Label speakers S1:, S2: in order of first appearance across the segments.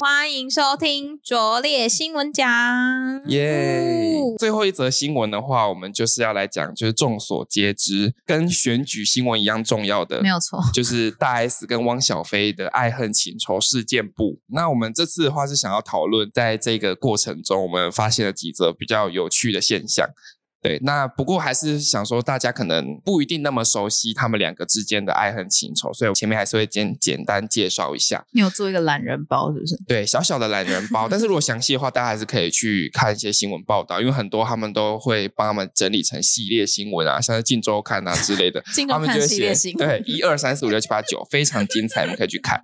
S1: 欢迎收听拙劣新闻奖。
S2: 耶、
S1: 哦
S2: 最后一则新闻的话，我们就是要来讲，就是众所皆知，跟选举新闻一样重要的
S1: 没，有错，
S2: 就是大 S 跟汪小菲的爱恨情仇事件簿。那我们这次的话是想要讨论，在这个过程中，我们发现了几则比较有趣的现象。对，那不过还是想说，大家可能不一定那么熟悉他们两个之间的爱恨情仇，所以我前面还是会简简单介绍一下。
S1: 你有做一个懒人包是不是？
S2: 对，小小的懒人包。但是如果详细的话，大家还是可以去看一些新闻报道，因为很多他们都会帮他们整理成系列新闻啊，像是《镜周刊》啊之类的，
S1: 金
S2: 他
S1: 钟
S2: 们
S1: 看
S2: 就会
S1: 系列
S2: 写
S1: 新闻，
S2: 对一二三四五六七八九，非常精彩，你们可以去看。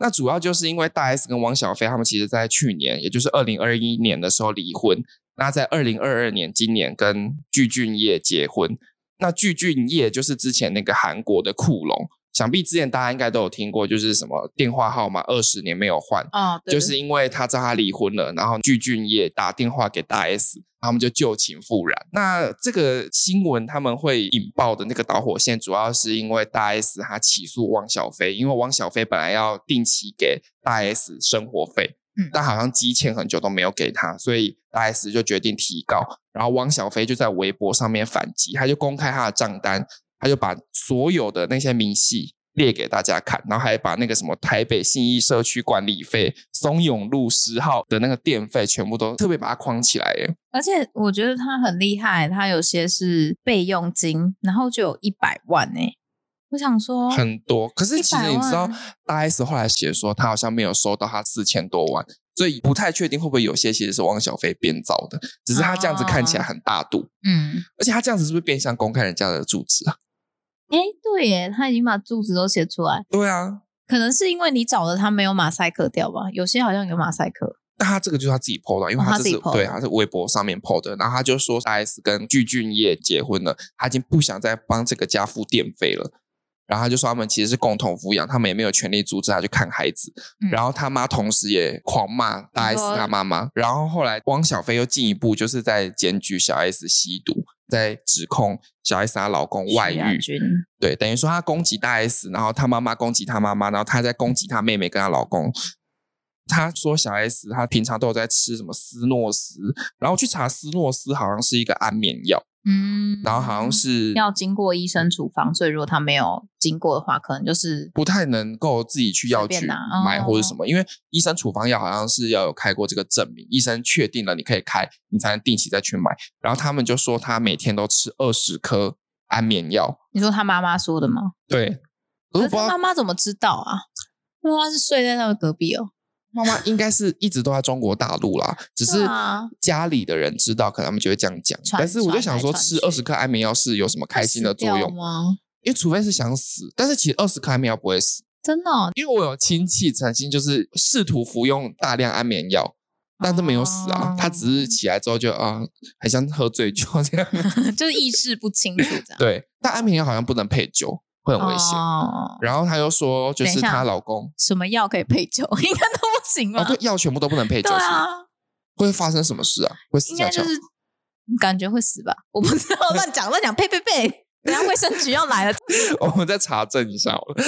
S2: 那主要就是因为大 S 跟汪小菲他们其实在去年，也就是二零二一年的时候离婚，那在二零二二年今年跟具俊晔结婚。那具俊晔就是之前那个韩国的酷龙，想必之前大家应该都有听过，就是什么电话号码二十年没有换，
S1: 哦，对
S2: 就是因为他知道他离婚了，然后具俊晔打电话给大 S，他们就旧情复燃。那这个新闻他们会引爆的那个导火线，主要是因为大 S 他起诉汪小菲，因为汪小菲本来要定期给大 S 生活费，
S1: 嗯
S2: 但好像积欠很久都没有给他，所以大 S 就决定提告。然后汪小菲就在微博上面反击，他就公开他的账单，他就把所有的那些明细列给大家看，然后还把那个什么台北信义社区管理费、松永路十号的那个电费全部都特别把它框起来耶。
S1: 而且我觉得他很厉害，他有些是备用金，然后就有一百万哎、我想说，
S2: 很多。可是其实
S1: 100
S2: 你知道
S1: 哦万，
S2: 大 S 后来写说他好像没有收到他四千多万，所以不太确定会不会有些其实是汪小菲编造的，只是他这样子看起来很大度，
S1: 嗯，
S2: 而且他这样子是不是变相公开人家的住址啊？
S1: 哎，对耶，他已经把住址都写出来，
S2: 对啊，
S1: 可能是因为你找的他没有马赛克掉吧，有些好像有马赛克，
S2: 但他这个就是他自己 PO 的，因为
S1: 哦他
S2: 这
S1: 自己
S2: 是、
S1: PO
S2: 对，他是微博上面 PO 的，然后他就说大 S 跟具俊晔结婚了，他已经不想再帮这个家付电费了。然后他就说他们其实是共同抚养，他们也没有权利阻止他去看孩子。
S1: 嗯
S2: 然后他妈同时也狂骂大
S1: 你
S2: S
S1: 说
S2: 他妈妈。然后后来汪小菲又进一步就是在检举小 S 吸毒，在指控小 S 她老公外
S1: 徐亚
S2: 遇。
S1: 军
S2: 对，等于说她攻击大 S，然后她妈妈攻击她妈妈，然后她在攻击她妹妹跟她老公。她说小 S 她平常都有在吃什么斯诺斯，然后去查斯诺斯好像是一个安眠药，
S1: 嗯，
S2: 然后好像是
S1: 要经过医生处方，所以如果他没有经过的话，可能就是
S2: 不太能够自己去药
S1: 随便
S2: 局
S1: 拿哦
S2: 买或者什么，因为医生处方药好像是要有开过这个证明，医生确定了你可以开，你才能定期再去买。然后他们就说她每天都吃二十颗安眠药，
S1: 你说他妈妈说的吗？
S2: 对，我
S1: 可
S2: 都
S1: 是
S2: 不知
S1: 他
S2: 道
S1: 妈妈怎么知道啊？妈妈是睡在他的隔壁哦。
S2: 妈妈应该是一直都在中国大陆啦，只
S1: 对
S2: 是
S1: 啊
S2: 家里的人知道，可能他们就会这样讲。
S1: 传
S2: 但是我就想
S1: 传
S2: 说，
S1: 来
S2: 吃
S1: 传
S2: 二
S1: 去
S2: 十颗安眠药是有什么开心的作
S1: 会死
S2: 用
S1: 掉？吗？
S2: 因为除非是想死，但是其实二十颗安眠药不会死。
S1: 真的哦、
S2: 因为我有亲戚曾经就是试图服用大量安眠药，但都没有死啊
S1: 哦，
S2: 他只是起来之后就啊，很像喝醉酒 这样。
S1: 就是意识不清楚这样，
S2: 对，但安眠药好像不能配酒，会很危险。
S1: 哦、
S2: 然后她又说，就
S1: 等一
S2: 是
S1: 下
S2: 她老公
S1: 什么药可以配酒， 应该都不行吧？
S2: 哦，对，药全部都不能配酒，
S1: 对
S2: 是吗
S1: 啊，
S2: 会发生什么事啊？会死
S1: 应
S2: 翘
S1: 该
S2: 翘
S1: 就。是感觉会死吧？我不知道，乱讲乱讲，呸呸呸！ 等一下卫生局要来了，
S2: 我们再查证一下好了。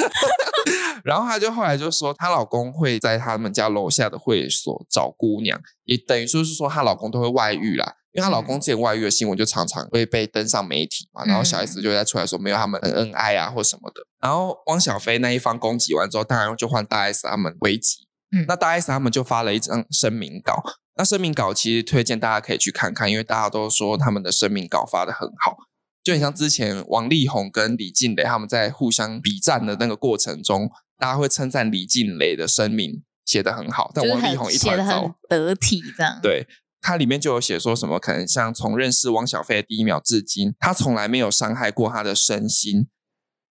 S2: 然后她就后来就说，她老公会在他们家楼下的会所找姑娘，也等于说是说她老公都会外遇啦。因为她老公之前外遇的新闻就常常会被登上媒体嘛，然后小 S 就会再出来说没有他们很恩爱啊或什么的。然后汪小菲那一方攻击完之后，当然就换大 S 他们危机。
S1: 嗯
S2: 那大 S 他们就发了一张声明稿，那声明稿其实推荐大家可以去看看，因为大家都说他们的声明稿发的很好。就很像之前王力宏跟李静蕾他们在互相比战的那个过程中，大家会称赞李静蕾的声明写得很好，但
S1: 就是
S2: 王力宏
S1: 很
S2: 一
S1: 写
S2: 团
S1: 的很
S2: 糟。
S1: 得体这样。
S2: 对，它里面就有写说什么，可能像从认识汪小菲的第一秒至今，他从来没有伤害过他的身心。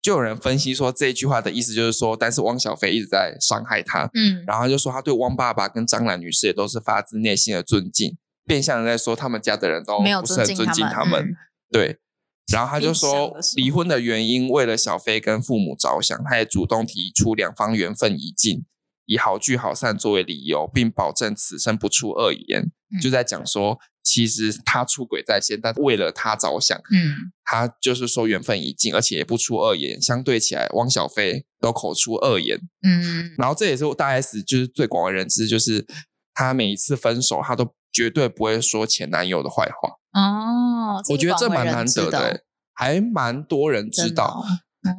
S2: 就有人分析说这一句话的意思就是说，但是汪小菲一直在伤害他，
S1: 嗯，
S2: 然后他就说他对汪爸爸跟张兰女士也都是发自内心的尊敬，变相的在说他们家的人都
S1: 没有
S2: 哦不是很
S1: 敬
S2: 尊敬
S1: 他
S2: 他们。
S1: 嗯
S2: 对，然后他就
S1: 影响
S2: 说
S1: 的时候
S2: 离婚的原因为了小菲跟父母着想，他也主动提出两方缘分已尽，以好聚好散作为理由，并保证此生不出恶言
S1: 嗯，
S2: 就在讲说其实她出轨在先，但为了她着想，
S1: 嗯，
S2: 她就是说缘分已尽，而且也不出恶言。相对起来，汪小菲都口出恶言，
S1: 嗯，
S2: 然后这也是大 S 就是最广为人知，就是她每一次分手，她都绝对不会说前男友的坏话。
S1: 哦，
S2: 我觉得这蛮难
S1: 得
S2: 得的、欸，还蛮多人知道，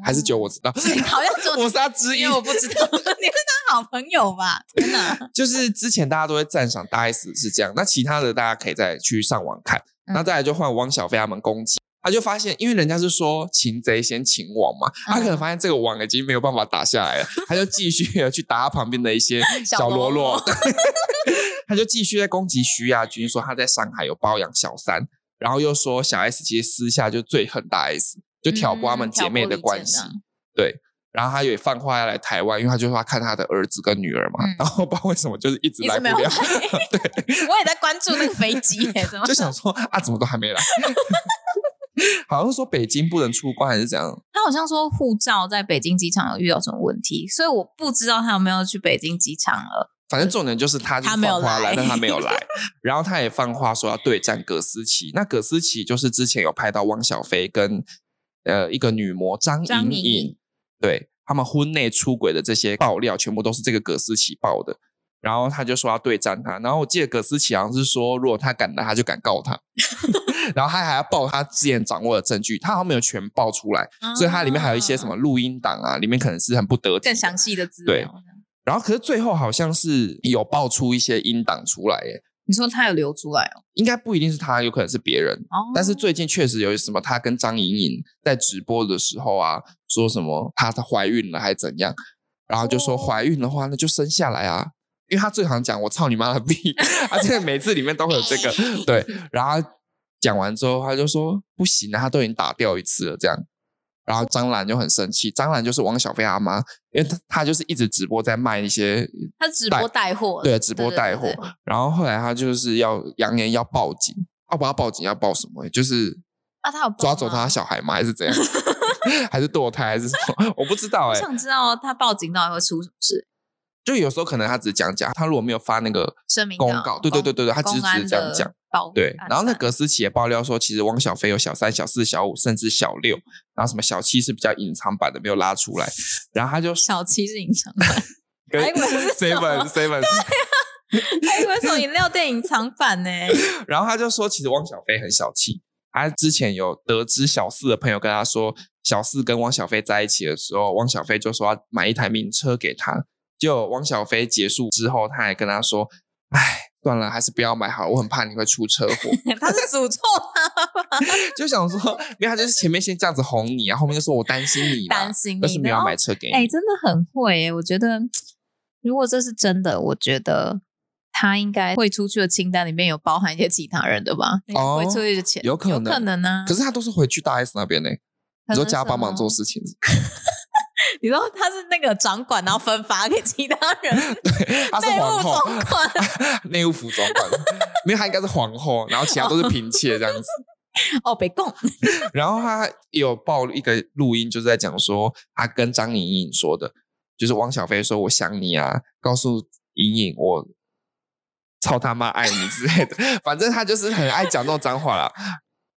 S2: 还是只有我知道，
S1: 你 好像只有
S2: 我是他之一
S1: 因为。我不知哦嗯道，你是他好朋友吧？天哪！
S2: 就是之前大家都会赞赏大 S 是这样，那其他的大家可以再去上网看。
S1: 嗯
S2: 那再来就换汪小菲他们攻击，他就发现，因为人家是说擒贼先擒王嘛，他可能发现这个网已经没有办法打下来 了，他就继续地去打他旁边的一些小
S1: 喽
S2: 喽啰
S1: 啰，
S2: 他就继续在攻击徐亚军，说他在上海有包养小三，然后又说小 S 其实私下就最恨大 S，就嗯挑拨她
S1: 嗯
S2: 啊们姐妹的关
S1: 啊
S2: 系。然后他也放话要来台湾，因为他就说他看他的儿子跟女儿嘛，
S1: 嗯
S2: 然后不知道为什么就是一直
S1: 一直
S2: 来不
S1: 没有来
S2: 了，
S1: 我也在关注那个飞机耶，怎么
S2: 就想说啊，怎么都 还没来， 好像说北京不能出关还是怎样？
S1: 他好像说护照在北京机场有遇到什么问题，所以我不知道他有没有去北京机场了。
S2: 反正重点就是他就是
S1: 他没有
S2: 放话
S1: 来
S2: 来，但他没有来。然后他也放话说要对战葛思琪。那葛思琪就是之前有拍到汪小菲跟呃一个女模张
S1: 张
S2: 颖
S1: 颖
S2: 颖，对他们婚内出轨的这些爆料，全部都是这个葛思琪爆的。然后他就说要对战他，然后我记得葛思琪好像是说，如果他敢来，他就敢告他。 然后他还要报他之前掌握的证据，他好像没有全报出来，啊所以他里面还有一些什么录音档啊，里面可能是很不得体
S1: 更
S2: 的
S1: 详细的资料。
S2: 然后可是最后好像是有爆出一些音档出来，耶，
S1: 你说他有流出来哦？
S2: 应该不一定是他，有可能是别人。
S1: 哦
S2: 但是最近确实有什么，他跟张颖颖在直播的时候啊，说什么她她怀孕了还怎样，然后就说
S1: 哦
S2: 怀孕的话那就生下来啊，因为他最常讲我操你妈的逼，他现在每次里面都会有这个 对，然后他讲完之后他就说不行啊，他都已经打掉一次了这样，然后张兰就很生气，张兰就是王小飞阿妈，因为她她就是一直直播在卖一些
S1: 他直播带货，
S2: 对，直播带货
S1: 对对对。
S2: 然后后来他就是要扬言要报警，要不要报警？要报什么？欸就是
S1: 啊，他有报
S2: 抓走他
S1: 吗。
S2: 小孩吗？还是 怎样？ 还是堕胎还是什么？我不知道
S1: 我
S2: 哎、
S1: 想知道他报警到底会出什么事？
S2: 就有时候可能他只讲讲，他如果没有发那个
S1: 声明
S2: 公
S1: 的
S2: 告，对对对对对，他只
S1: 公
S2: 是只
S1: 安
S2: 是这样
S1: 的
S2: 讲。
S1: 报
S2: 对，
S1: 案啊
S2: 然后那
S1: 子
S2: 葛思琪也爆料说，其实汪小菲有小三、小四、小五，甚至小六，然后什么小七是比较隐藏版的，没有拉 出来。然后他就
S1: 小七是隐藏版，
S2: 跟
S1: 还以为哎是什
S2: seven
S1: 么
S2: seven
S1: 还以为什么饮料店隐藏版呢？
S2: 然后他就说，其实汪小菲很小气。他之前有得知小四的朋友跟他说，小四跟汪小菲在一起的时候，汪小菲就说要买一台名车给他。就汪小菲结束之后，他还跟他说：“哎，算了，还是不要买好了，我很怕你会出车祸。
S1: 他是啊诅咒他，”
S2: 就想说，因为他就是前面先这样子哄你，啊然后后面就说我担心你啦，
S1: 担心
S2: 但
S1: 你
S2: 是
S1: 呢。
S2: 没有要买车给你。
S1: 哎、真的很会耶、我觉得如果这是真的，我觉得他应该会出去的清单里面有包含一些其他人的吧？
S2: 哦
S1: 会出去的钱
S2: 有可
S1: 有
S2: 能
S1: 可能呢、啊。
S2: 可是他都是回去大 S 那边呢、你
S1: 可
S2: 说
S1: 能
S2: 叫他
S1: 什
S2: 帮忙
S1: 么
S2: 做，事情，
S1: 你说他是那个掌管，然后分发给其他人，
S2: 他是
S1: 内务
S2: 皇后，
S1: 总管。
S2: 内务府总管， 没有，他应该是皇后，然后其他都是嫔妾这样子。
S1: 哦，北贡，
S2: 然后他也有报一个录音，就是在讲说他跟张颖颖说的，就是汪小菲说我想你啊，告诉颖颖我操他妈爱你之类的， 反正他就是很爱讲那种脏话啦。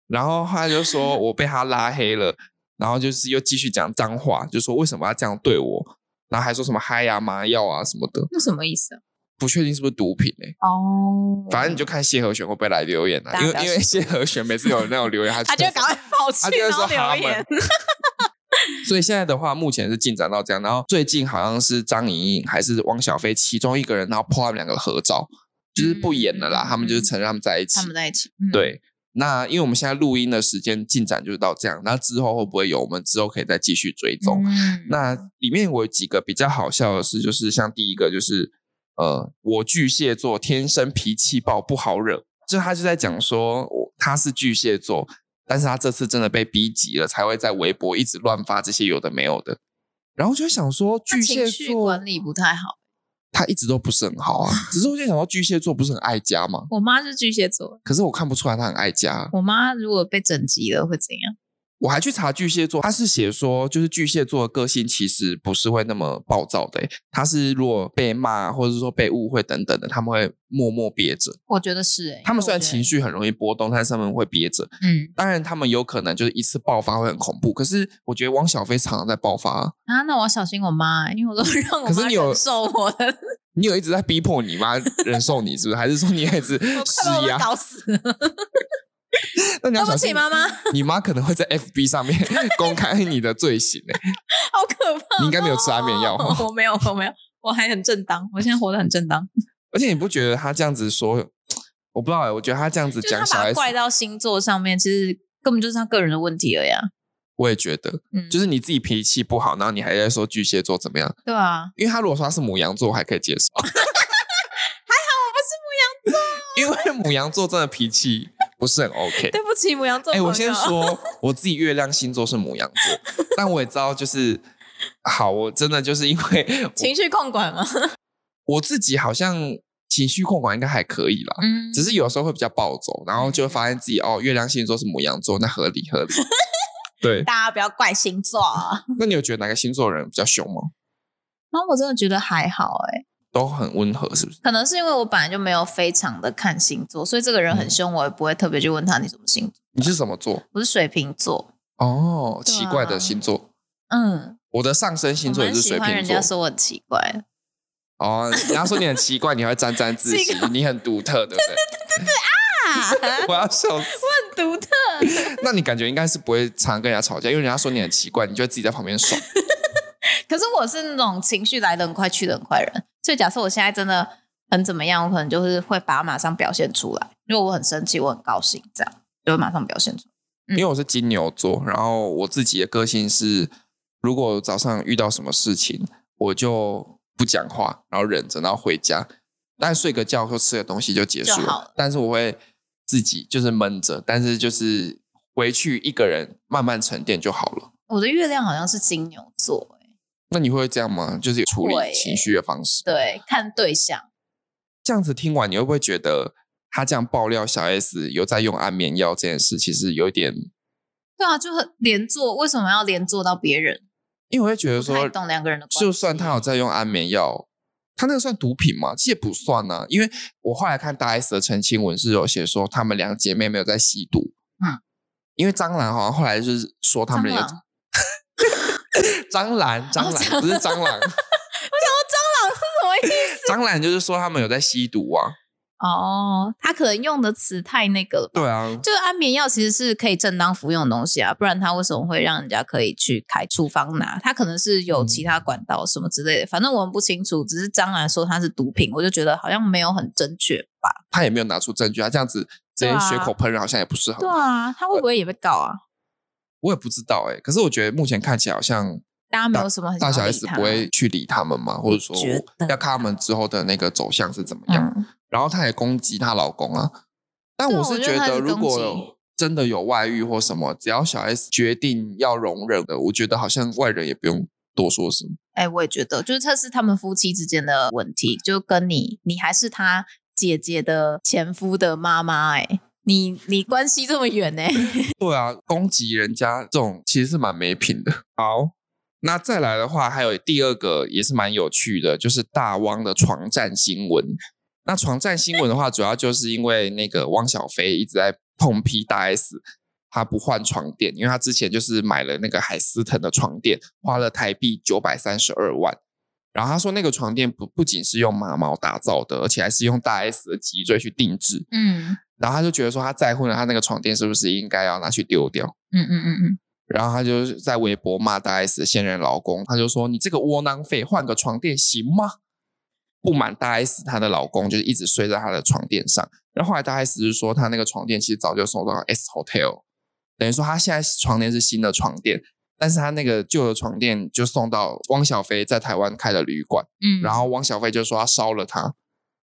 S2: 然后他就说我被他拉黑了，然后就是又继续讲脏话，就说为什么要这样对我，然后还说什么嗨呀、麻药啊什么的，
S1: 那什么意思啊？
S2: 不确定是不是毒品哎、
S1: 哦，
S2: 反正你就看谢和弦会不会来留言
S1: 大
S2: 啊，
S1: 家
S2: 因
S1: 不要
S2: 为因为谢和弦每次有那种留言，他
S1: 他就会赶快跑
S2: 他
S1: 去，
S2: 就会
S1: 然后
S2: 说他
S1: 留言
S2: 们。。 所以现在的话，目前是进展到这样，然后最近好像是张颖颖还是汪小菲其中一个人，然后 po 他们两个合照，就是不演了啦，
S1: 嗯
S2: 他们就是承认他们在一起
S1: 他。们在一起，嗯，
S2: 对，那因为我们现在录音的时间进展就是到这样，那之后会不会有？我们之后可以再继续追踪。
S1: 嗯
S2: 那里面我有几个比较好笑的事，就是像第一个就是，呃，我巨蟹座天生脾气暴，不好惹。就他就在讲说，我他是巨蟹座，但是他这次真的被逼急了，才会在微博一直乱发这些有的没有的。然后就想说，
S1: 他
S2: 巨蟹
S1: 情绪
S2: 座
S1: 管理不太好。
S2: 他一直都不是很好啊。只是我就想到，巨蟹座不是很爱家吗？
S1: 我妈是巨蟹座，
S2: 可是我看不出来他很爱家。啊
S1: 我妈如果被整急了会怎样？
S2: 我还去查巨蟹座，他是写说，就是巨蟹座的个性其实不是会那么暴躁的、欸，他是如果被骂或者是说被误会等等的，他们会默默憋着。
S1: 我觉得是哎、
S2: 他们虽然情绪很容易波动，但是他们会憋着。
S1: 嗯
S2: 当然，他们有可能就是一次爆发会很恐怖，可是我觉得汪小菲常常在爆发啊。
S1: 啊，那我要小心我妈欸，因为我都 让我
S2: 可是
S1: 妈
S2: 你有
S1: 忍受我的，
S2: 你有一直在逼迫你 妈忍受你，是不是？还是说你也一直
S1: 我
S2: 施
S1: 快 把我妈
S2: 压？
S1: 搞死了，
S2: 那你
S1: 对
S2: 要
S1: 不
S2: 小
S1: 起
S2: 心，
S1: 妈 妈，
S2: 你妈可能会在 FB 上面 公开你的罪行、欸、
S1: 好可怕！
S2: 你应该没有吃安眠药 哦
S1: 我没有，我没有，我还很正当，我现在活得很正当。
S2: 而且你不觉得他这样子说，我不知道、欸，我觉得他这样子
S1: 就是
S2: 讲
S1: 他
S2: 小
S1: 把它
S2: 孩子，
S1: 怪到星座上面，其实根本就是他个人的问题了呀。
S2: 我也觉得，
S1: 嗯，
S2: 就是你自己脾气不好，然后你还在说巨蟹座怎么样？
S1: 对啊，
S2: 因为他如果说他是母羊座，我还可以接受。 还好我不是母羊座， 因为母羊座真的脾气不是很 OK。
S1: 对不起，母羊座
S2: 哎、
S1: 朋友。
S2: 我先说我自己月亮星座是母羊座，但我也知道就是好，我真的就是因为
S1: 情绪控管啊嘛，
S2: 我自己好像情绪控管应该还可以啦，
S1: 嗯，
S2: 只是有时候会比较暴走，然后就会发现自己哦，月亮星座是母羊座，那合理 合理。对，
S1: 大家不要怪星座啊。
S2: 那你有觉得哪个星座人比较凶吗？
S1: 然后我真的觉得还好哎、
S2: 都很温和，是不是？
S1: 可能是因为我本来就没有非常的看星座，所以这个
S2: 嗯
S1: 人很凶，我也不会特别去问他你什么星座。
S2: 你是什么座？
S1: 我是水瓶座，
S2: 哦，
S1: 对啊
S2: 奇怪的星座。
S1: 嗯，
S2: 我的上升星座
S1: 我
S2: 也
S1: 蛮
S2: 是
S1: 喜
S2: 水
S1: 欢
S2: 瓶
S1: 人
S2: 座
S1: 家说我很奇怪，
S2: 哦，人家说你很奇怪，你还会沾沾自喜
S1: 奇怪，
S2: 你很独特，对不对？
S1: 啊，很
S2: 我要笑死。
S1: 独特。
S2: 那你感觉应该是不会常跟人家吵架，因为人家说你很奇怪，你就会自己在旁边爽。
S1: 可是我是那种情绪来得很快去得很快的人，所以假设我现在真的很怎么样，我可能就是会把它马上表现出来。如果我很生气，我很高兴，这样就会马上表现出来。
S2: 因为我是金牛座，然后我自己的个性是，如果早上遇到什么事情，我就不讲话，然后忍着，然后回家，但睡个觉或吃个东西就结束
S1: 就好
S2: 了
S1: 了。
S2: 但是我会自己就是闷着，但是就是回去一个人慢慢沉淀就好了。
S1: 我的月亮好像是金牛座、欸，
S2: 那你会这样吗？就是处理
S1: 会
S2: 情绪的方式。
S1: 对，看对象，
S2: 这样子听完，你会不会觉得他这样爆料小 S 有在用安眠药这件事，其实有一点，
S1: 对啊，就很连坐，为什么要连坐到别人？
S2: 因为我会觉得
S1: 不太
S2: 说，
S1: 懂两个人的关系。
S2: 就算他有在用安眠药，他那个算毒品吗？其实也不算啊，因为我后来看大 S 的澄清文是有写说，她们两姐妹没有在吸毒。
S1: 嗯，
S2: 因为张兰好像后来就是说他
S1: 蟑
S2: 们有
S1: 螂，蟑
S2: 张兰，张
S1: 蟑
S2: 兰不是 蟑螂，
S1: 螂是什么意思？
S2: 张兰就是说他们有在吸毒啊。
S1: 哦，他可能用的词太那个了吧。
S2: 对啊，
S1: 就是安眠药其实是可以正当服用的东西啊，不然它为什么会让人家可以去开处方拿？它可能是有其他管道什么之类的，反正我们不清楚。只是张兰说它是毒品，我就觉得好像没有很正确吧？
S2: 他也没有拿出证据，他这样子直接
S1: 对啊
S2: 血口喷人好像也不是很好
S1: 对啊，他会不会也被告啊？
S2: 我也不知道哎、可是我觉得目前看起来好像
S1: 大家没有什么很
S2: 大
S1: 想
S2: 小
S1: 要理
S2: S
S1: 他
S2: 不会去理他们嘛，或者说
S1: 我觉得
S2: 要看他们之后的那个走向是怎么样。
S1: 嗯，
S2: 然后她也攻击她老公啊，但
S1: 对啊
S2: 我
S1: 我
S2: 是
S1: 觉得她
S2: 得
S1: 是
S2: 如
S1: 攻击
S2: 果真的有外遇或什么，只要小 S 决定要容忍的，我觉得好像外人也不用多说什么。
S1: 哎、我也觉得，就是这是他们夫妻之间的问题，就跟你，你还是他姐姐的前夫的妈妈、哎，你你关系这么远呢、哎
S2: 对啊，攻击人家这种其实是蛮没品的。好，那再来的话，还有第二个也是蛮有趣的，就是大汪的床战新闻。那床战新闻的话，主要就是因为那个汪小菲一直在痛批大 S，他不换床垫，因为他之前就是买了那个海思腾的床垫，花了台币九百三十二万。然后他说，那个床垫不不仅是用马毛打造的，而且还是用大 S 的脊椎去定制。
S1: 嗯
S2: 然后他就觉得说，他在乎呢，他那个床垫是不是应该要拿去丢掉？
S1: 嗯嗯嗯嗯，
S2: 然后他就在微博骂大 S 现任老公，他就说：“你这个窝囊废，换个床垫行吗？”不满大 S 她的老公就是一直睡在她的床垫上。然后后来大 S 就说，她那个床垫其实早就送到 S Hotel，等于说她现在床垫是新的床垫，但是她那个旧的床垫就送到汪小菲在台湾开的旅馆。
S1: 嗯
S2: 然后汪小菲就说他烧了它，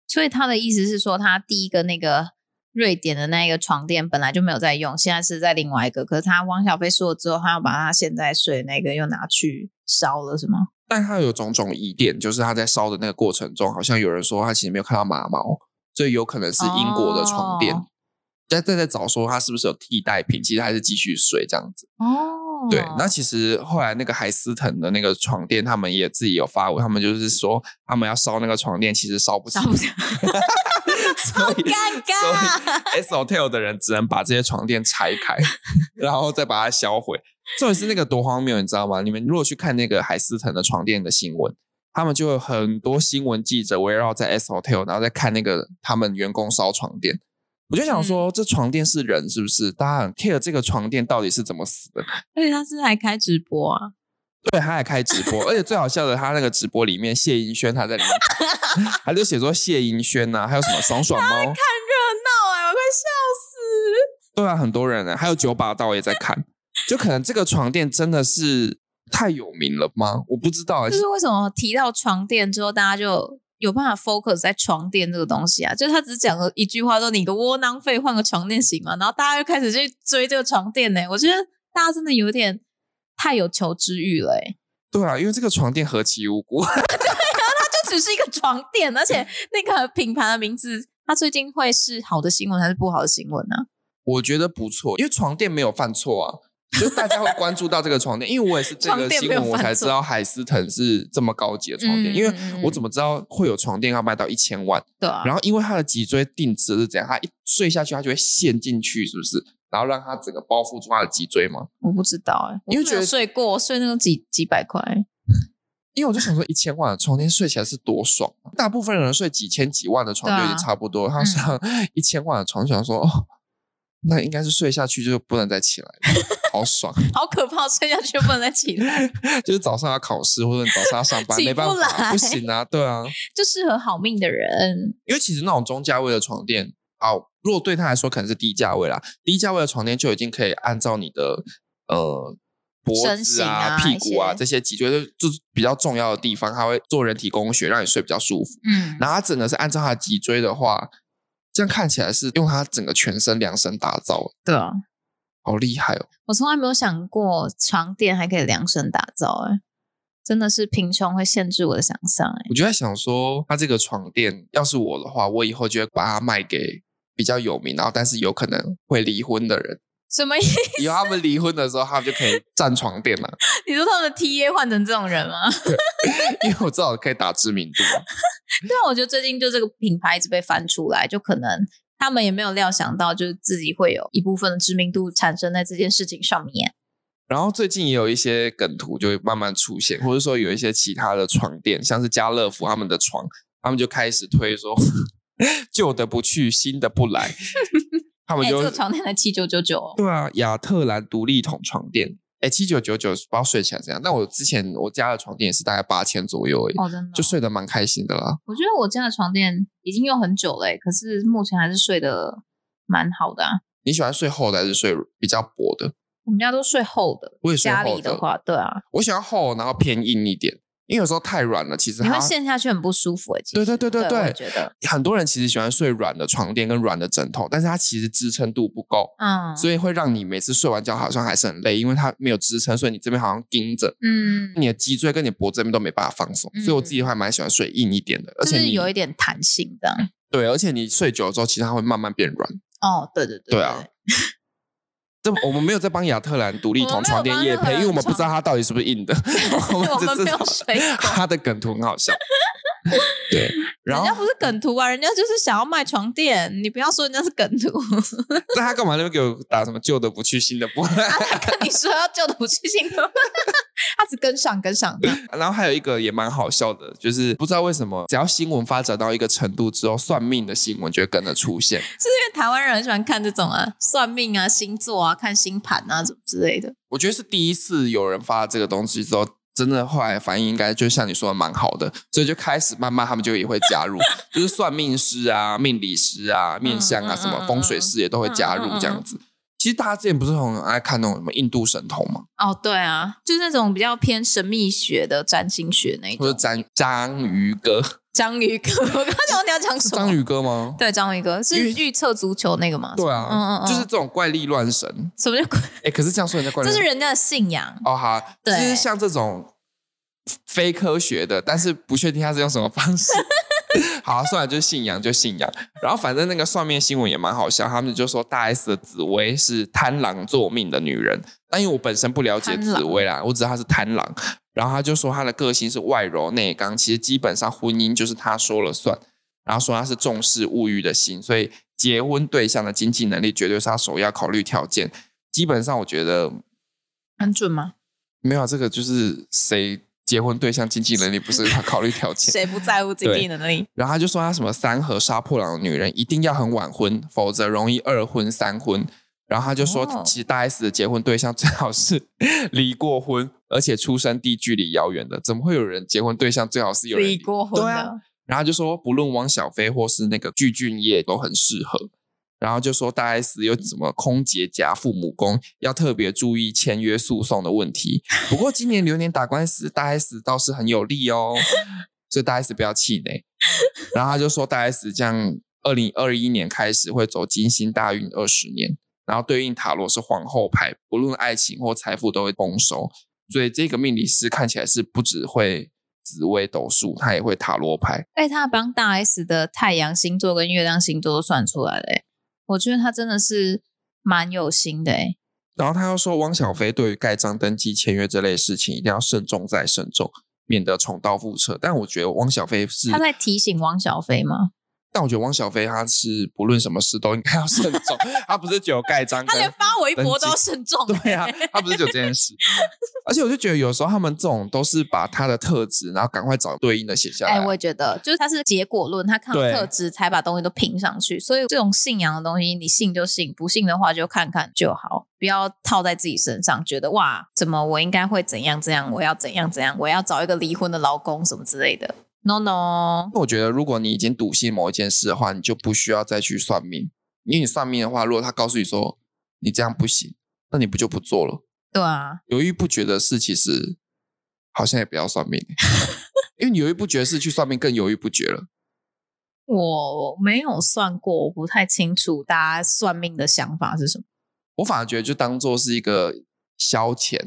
S1: 所以他的意思是说，他第一个那个瑞典的那一个床垫本来就没有在用，现在是在另外一个。可是他汪小菲说了之后，他要把他现在睡的那个又拿去烧了，是吗？
S2: 但他有种种疑点，就是他在烧的那个过程中，好像有人说他其实没有看到马毛，所以有可能是英国的床垫。
S1: 哦
S2: 在在在找说他是不是有替代品，其实还是继续睡这样子。
S1: 哦，
S2: 对，那其实后来那个海思腾的那个床垫，他们也自己有发文，他们就是说他们要烧那个床垫，其实烧不起
S1: 想，不想
S2: 所以
S1: 尴尬？啊
S2: S Hotel 的人只能把这些床垫拆开，然后再把它销毁。重点是那个多荒谬，你知道吗？你们如果去看那个海思腾的床垫的新闻，他们就有很多新闻记者围绕在 S Hotel，然后在看那个他们员工烧床垫。我就想说，这床垫是人是不是？大家很 care 这个床垫到底是怎么死的？
S1: 而且他是还开直播啊，
S2: 对，他还开直播，而且最好笑的，他那个直播里面谢盈萱他在里面， 他就写说谢盈萱呐、啊还有什么爽爽猫，
S1: 看热闹哎，我快笑
S2: 对啊，很多人呢、还有九把刀也在 看，就可能这个床垫真的是太有名了吗？我不知道、欸
S1: 死！就是为什么提到床垫之后，大家就有办法 focus 在床垫这个东西啊？就是他只讲了一句话说：“你个窝囊废，换个床垫行吗？”然后大家就开始去追这个床垫呢、我觉得大家真的有点太有求知欲了、欸，
S2: 对啊，因为这个床垫何其无辜，
S1: 就只是一个床垫，而且那个品牌的名字，它最近会是好的新闻还是不好的新闻啊呢、
S2: 我觉得不错，因为床垫没有犯错啊。就大家会关注到这个床垫，因为我也是这
S1: 床
S2: 个
S1: 垫
S2: 新
S1: 没有
S2: 闻我
S1: 犯
S2: 才
S1: 错
S2: 知道海思腾是这么高级的床垫，
S1: 嗯
S2: 因为
S1: 嗯嗯
S2: 我怎么知道会有床垫要卖到一千万？
S1: 对啊，
S2: 然后因为他的脊椎定植是怎样，他一睡下去，他就会陷进去，是不是？然后让他整个包覆住他的脊椎吗？
S1: 我不知道哎、我
S2: 因为
S1: 没
S2: 觉
S1: 有
S2: 得
S1: 睡过，我睡那个几几百块，欸
S2: 因为我就想说，一千万的床垫睡起来是多爽啊！大部分人睡几千几万的床就已经
S1: 啊
S2: 差不
S1: 嗯
S2: 多，他上一千万的床，想说哦，那应该是睡下去就不能再起来了，好爽！
S1: 好可怕， 睡下去就不能再起来，
S2: 就是早上要考试或者你早上要上班，
S1: 起
S2: 没办
S1: 不
S2: 法，
S1: 来
S2: 不行啊，对啊，
S1: 就适合好命的人。
S2: 因为其实那种中价位的床垫，哦，如果对他来说可能是低价位啦，低价位的床垫就已经可以按照你的呃脖
S1: 身
S2: 子
S1: 形
S2: 啊、
S1: 啊
S2: 屁股啊
S1: 一些
S2: 这些脊椎就就是比较重要的地方，它会做人体工学，让你睡比较舒服。
S1: 嗯，
S2: 然后它整个是按照它的脊椎的话，这样看起来是用它整个全身量身打造的，
S1: 对啊，
S2: 好厉害哦！
S1: 我从来没有想过床垫还可以量身打造、哎，真的是贫穷会限制我的想象、哎，
S2: 我就在想说，它这个床垫要是我的话，我以后就会把它卖给比较有名，然后但是有可能会离婚的人。
S1: 什么意思？
S2: 以后他们离婚的时候，他们就可以占床垫了，
S1: 你说他们的 T A 换成这种人吗？
S2: 因为我知道我可以打知名度嘛。
S1: 对啊，我觉得最近就这个品牌一直被翻出来，就可能他们也没有料想到，就是自己会有一部分的知名度产生在这件事情上面。
S2: 然后最近也有一些梗图就会慢慢出现，或者说有一些其他的床垫，像是家乐福他们的床，他们就开始推说 旧的不去，新的 不来，他们
S1: 哎、
S2: 就、
S1: 这个床垫才七九九九 哦，
S2: 对啊，亚特兰独立筒床垫，哎，七九九九，不知道睡起来怎样。那我之前我家的床垫也是大概八千左右而已，
S1: 哦，真的哦、
S2: 就睡得蛮开心的啦。
S1: 我觉得我家的床垫已经用很久了、欸，可是目前还是睡得蛮好的、啊。
S2: 你喜欢睡厚的还是睡比较薄的？
S1: 我们家都睡厚的，
S2: 我也睡
S1: 家
S2: 厚
S1: 里的话，对啊，
S2: 我喜欢厚，然后偏硬一点，因为有时候太软了，其实
S1: 你
S2: 它
S1: 会陷下去很不舒服、欸。其
S2: 对
S1: 实
S2: 对对对
S1: 对我也
S2: 对，
S1: 觉得，
S2: 很多人其实喜欢睡软的床垫跟软的枕头，但是它其实支撑度不够，
S1: 嗯，
S2: 所以会让你每次睡完觉好像还是很累，因为它没有支撑，所以你这边好像盯着。
S1: 嗯，
S2: 你的脊椎跟你脖子这边都没办法放松，所以我自己还蛮喜欢睡硬一点的，而
S1: 就
S2: 且
S1: 是
S2: 你
S1: 有一点弹性这样。
S2: 对，而且你睡久了之后，其实它会慢慢变软。
S1: 哦，对对对
S2: 对啊，这我们没有在帮亚特兰独立筒床垫夜
S1: 我们没有帮
S2: 配，因为我们不知道它到底是不 是硬的，我
S1: 对我
S2: 只
S1: 们
S2: 知
S1: 没
S2: 道
S1: 有 睡过。
S2: 它的梗图很好笑。 对，然
S1: 人
S2: 后
S1: 家不是梗图啊，人家就是想要卖床垫，你不要说人家是梗图，
S2: 那他干嘛那边给我打什么旧的不去，新的不来？
S1: 啊跟你说要旧的不去新的， 他只跟上跟上。
S2: 然后还有一个也蛮好笑的，就是不知道为什么，只要新闻发展到一个程度之后，算命的新闻就会跟着出现。
S1: 是因为台湾人很喜欢看这种啊，算命啊、星座啊、看星盘啊，什么之类的。
S2: 我觉得是第一次有人发这个东西之后，真的后来反应应该就像你说的蛮好的，所以就开始慢慢他们就也会加入，就是算命师啊、 命理师啊、面相啊、
S1: 嗯嗯
S2: 什么
S1: 嗯
S2: 风水师也都会加入
S1: 嗯嗯嗯
S2: 这样子。其实大家之前不是很爱看那种什么印度神童嘛，
S1: 哦，对啊，就是那种比较偏神秘学的占星学那一
S2: 或者
S1: 种。
S2: 章章鱼哥，
S1: 章鱼哥，我刚刚讲你要讲
S2: 是
S1: 什
S2: 章
S1: 么？
S2: 鱼哥吗？
S1: 对，章鱼哥
S2: 因
S1: 是
S2: 为
S1: 预测足球那个吗？
S2: 对啊，
S1: 嗯嗯嗯
S2: 就是这种怪力乱神。
S1: 什么叫鬼？
S2: 哎、可是这样说人家怪力
S1: 这
S2: 乱
S1: 是
S2: 神，
S1: 人家的信仰。
S2: 哦哈，就
S1: 对
S2: 是像这种非科学的，但是不确定他是用什么方式。 好、啊，算了，就是信仰，就信仰。然后反正那个算命新闻也蛮好笑，他们就说大 S 的紫薇是贪狼座命的女人。但因为我本身不了解紫薇啦，我知道她是贪狼。然后他就说她的个性是外柔内刚，其实基本上婚姻就是她说了算。然后说她是重视物欲的心，所以结婚对象的经济能力绝对是她首要考虑条件。基本上我觉得
S1: 很准吗？
S2: 没有啊这个，就是谁结婚对象经济能力不是她考虑条 件。
S1: 谁不在乎经济能力？
S2: 然后他就说啊他什么三和杀破狼的女人一定要很晚婚，否则容易二婚三婚。然后他就说
S1: 哦，
S2: 其实大 S 的结婚对象最好是离过婚，而且出生地距离遥远的，怎么会有人结婚对象最好是有人
S1: 离过婚
S2: 对啊
S1: 的，
S2: 然后就说不论汪小菲或是那个具俊晔都很适合。然后就说大 S 又怎么空姐夹父母宫，要特别注意签约诉讼的问题。不过今年流年打官司，大 S 倒是很有利哦，所以大 S 不要气馁。然后他就说大 S 将二零二一年开始会走金星大运二十年，然后对应塔罗是皇后牌，不论爱情或财富都会丰收。所以这个命理师看起来是不只会紫微斗数，他也会塔罗牌。
S1: 哎、他帮大 S 的太阳星座跟月亮星座都算出来了、欸，我觉得他真的是蛮有心的、欸，
S2: 然后他又说，汪小菲对于盖章、登记、签约这类事情一定要慎重再慎重，免得重蹈覆辙。但我觉得汪小菲是
S1: 他，在提醒汪小菲吗？
S2: 但我觉得汪小菲他是不论什么事都应该要慎重，他不是只有盖章
S1: 他连
S2: 跟。
S1: 发微博都要慎重、欸，
S2: 对啊，他不是只有这件事， 而且我就觉得有时候他们这种都是把他的特质，然后赶快找对应的写下
S1: 哎、
S2: 来。
S1: 我也觉得，就是它是结果论，他看
S2: 对
S1: 特质才把东西都拼上去。所以这种信仰的东西，你信就信，不信的话就看看就好，不要套在自己身上，觉得哇，怎么我应该会怎样怎样，我要怎样怎样，我要找一个离婚的老公什么之类的。No no，
S2: 我觉得，如果你已经笃信某一件事的话，你就不需要再去算命，因为你算命的话，如果他告诉你说你这样不行，那你不就不做了？
S1: 对啊，
S2: 犹豫不决的事，其实好像也不要算命， 因为你犹豫不决的事去算命更犹豫不决了。
S1: 我没有算过，我不太清楚大家算命的想法是什么。
S2: 我反而觉得就当做是一个消遣，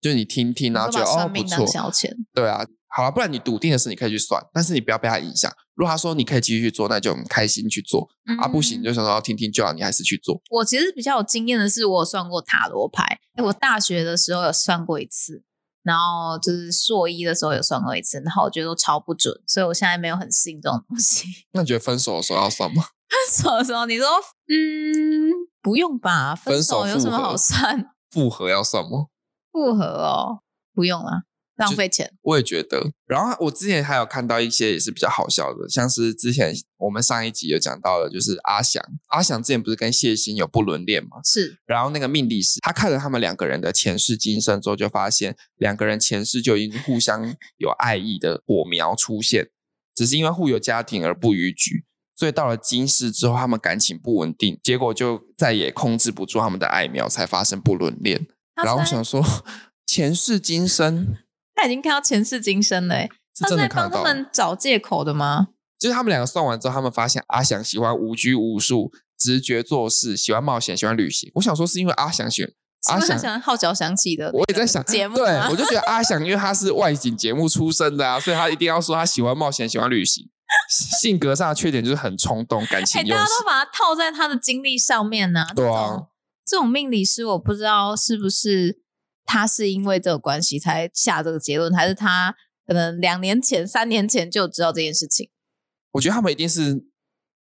S2: 就你听听，然后
S1: 我
S2: 觉
S1: 把
S2: 得哦
S1: 算
S2: 不
S1: 命当
S2: 错，
S1: 消遣，
S2: 对啊，好了，不然你笃定的事你可以去算，但是你不要被他影响。如果他说你可以继续去做，那就很开心去做、啊；不行，
S1: 嗯
S2: 你就想说听听就好，你还是去做。
S1: 我其实比较有经验的是，我有算过塔罗牌。诶我大学的时候有算过一次，然后就是硕一的时候有算过一次，然后我觉得都超不准，所以我现在没有很信这种东西。
S2: 那你觉得分手的时候要算吗？
S1: 分手的时候，你说嗯，不用吧？分手有什么好算？
S2: 复合要算吗？
S1: 复合哦，不用啊，浪费钱。
S2: 我也觉得。然后我之前还有看到一些也是比较好笑的，像是之前我们上一集有讲到的，就是阿翔，阿翔之前不是跟谢欣有不伦恋吗？
S1: 是
S2: 然后那个命理师他看了他们两个人的前世今生之后，就发现两个人前世就已经互相有爱意的火苗出现，只是因为互有家庭而不逾矩。所以到了今世之后，他们感情不稳定，结果就再也控制不住他们的爱苗，才发生不伦恋。
S1: 他
S2: 然后我
S1: 在
S2: 想说，前世今生
S1: 他已经看到前世今生了、诶
S2: 是
S1: 他是
S2: 真的
S1: 在
S2: 看
S1: 帮
S2: 得到
S1: 他
S2: 吗。
S1: 们找借口的吗？
S2: 就是他们两个算完之后，他们发现阿翔喜欢无拘无束、直觉做事，喜欢冒险，喜欢旅行。我想说是因为阿翔选阿
S1: 是不是
S2: 翔
S1: 很，想号角响起的那个
S2: 啊我也在想
S1: 节目
S2: 对
S1: 吗
S2: 我就觉得阿翔，因为他是外景节目出身的啊，所以他一定要说他喜欢冒险，喜欢旅行。性格上的缺点就是很冲动，感
S1: 哎、
S2: 情用
S1: 大家
S2: 事。
S1: 都把它套在他的经历上面呢、
S2: 对
S1: 这
S2: 啊
S1: 种，这种命理师，我不知道是不是他是因为这个关系才下这个结论，还是他可能两年前、三年前就知道这件事情。
S2: 我觉得他们一定是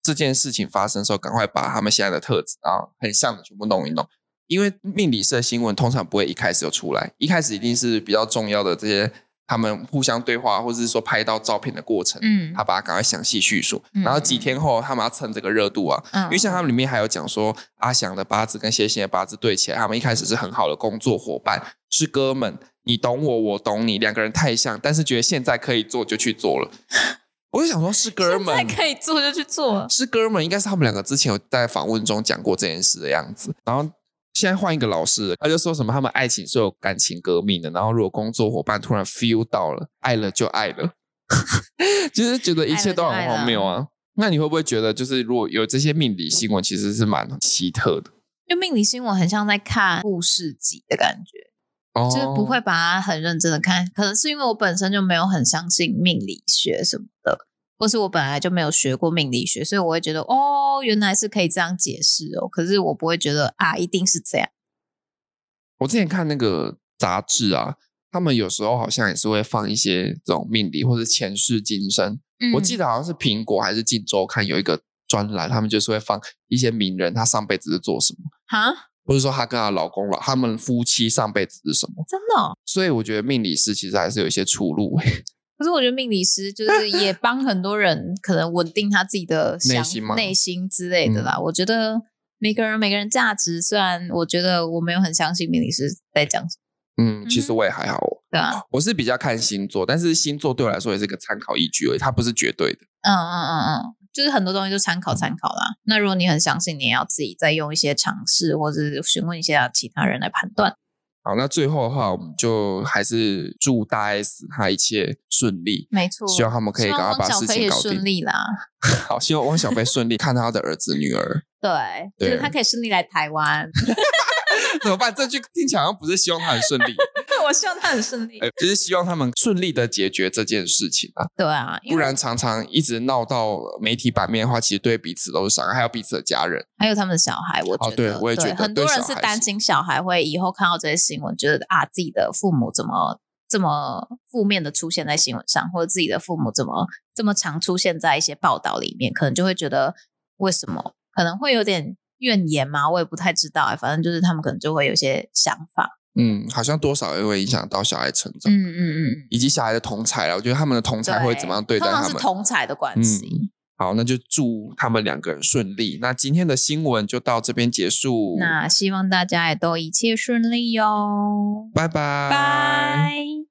S2: 这件事情发生的时候，赶快把他们现在的特质啊，很像的全部弄一弄。因为命理社新闻通常不会一开始就出来，一开始一定是比较重要的这些他们互相对话，或者是说拍到照片的过程，
S1: 嗯
S2: 他把它赶快详细叙述。
S1: 嗯
S2: 然后几天后，他们要蹭这个热度啊，
S1: 嗯
S2: 因为像他们里面还有讲说，阿翔的八字跟谢欣的八字对起来，他们一开始是很好的工作伙伴，是哥们，你懂我，我懂你，两个人太像，但是觉得现在可以做就去做了。我就想说，是哥们
S1: 现在，可以做就去做 了。
S2: 是哥们，应该是他们两个之前有在访问中讲过这件事的样子。然后现在换一个老师，他就说什么他们爱情是有感情革命的，然后如果工作伙伴突然 feel 到了，爱了就爱了，就是觉得一切都很荒谬啊。那你会不会觉得，就是如果有这些命理新闻，其实是蛮奇特的，
S1: 就命理新闻很像在看故事集的感觉，
S2: 哦
S1: 就是不会把它很认真的看。可能是因为我本身就没有很相信命理学什么的，或是我本来就没有学过命理学，所以我会觉得哦，原来是可以这样解释哦。可是我不会觉得啊，一定是这样。
S2: 我之前看那个杂志啊，他们有时候好像也是会放一些这种命理或者前世今生。我记
S1: 得
S2: 得好像是苹果还是《镜周刊》有一个专栏，他们就是会放一些名人他上辈子是做什么，
S1: 哈，
S2: 或者说他跟他老公了，他们夫妻上辈子是什么。
S1: 真的、哦。
S2: 所以我觉得命理师其实还是有一些出路、欸。
S1: 可是我觉得命理师就是也帮很多人可能稳定他自己的想
S2: 内心吗嗯
S1: 内心之类的啦。我觉得每个人每个人价值，虽然我觉得我没有很相信命理师在讲什么，
S2: 嗯，其实我也还好，
S1: 对啊，
S2: 我是比较看星座，但是星座对我来说也是个参考依据而已，它不是绝对的。
S1: 嗯嗯嗯嗯，就是很多东西就参考参考啦。那如果你很相信，你也要自己再用一些尝试，或者是询问一下其他人来判断。
S2: 好，那最后的话，我们就还是祝大 S 她一切顺利，
S1: 没错，
S2: 希望他们可以
S1: 希
S2: 赶
S1: 望
S2: 快把
S1: 汪小
S2: 事
S1: 菲
S2: 情
S1: 也
S2: 搞
S1: 顺
S2: 定。
S1: 利啦。
S2: 好，希望汪小菲顺利，看到他的儿子女儿
S1: 对，
S2: 对
S1: 就是他可以顺利来台湾。
S2: 怎么办？这句听起来好像不是希望他很顺利，
S1: 我希望他很顺利。
S2: 哎，就是希望他们顺利的解决这件事情啊，
S1: 对啊，因
S2: 不
S1: 为
S2: 然常常一直闹到媒体版面的话，其实对彼此都是伤害，还有彼此的家人。
S1: 还有他们的小孩，我觉得，
S2: 哦对我也觉得
S1: 很多
S2: 对
S1: 人
S2: 小
S1: 是
S2: 孩
S1: 担
S2: 是
S1: 心小孩会以后看到这些新闻，觉得啊自己的父母怎么这么负面的出现在新闻上，或者自己的父母怎么这么常出现在一些报道里面，可能就会觉得为什么，可能会有点怨言嘛，我也不太知道、哎，反正就是他们可能就会有一些想法，
S2: 嗯，好像多少也会影响到小孩成长，
S1: 嗯嗯嗯嗯，
S2: 以及小孩的同才了。我觉得他们的同才会怎么样对待
S1: 通
S2: 他
S1: 常
S2: 们
S1: 是？同才的关
S2: 嗯
S1: 系。
S2: 好，那就祝他们两个人顺利。那今天的新闻就到这边结束，
S1: 那希望大家也都一切顺利哟，
S2: 拜拜，
S1: 拜。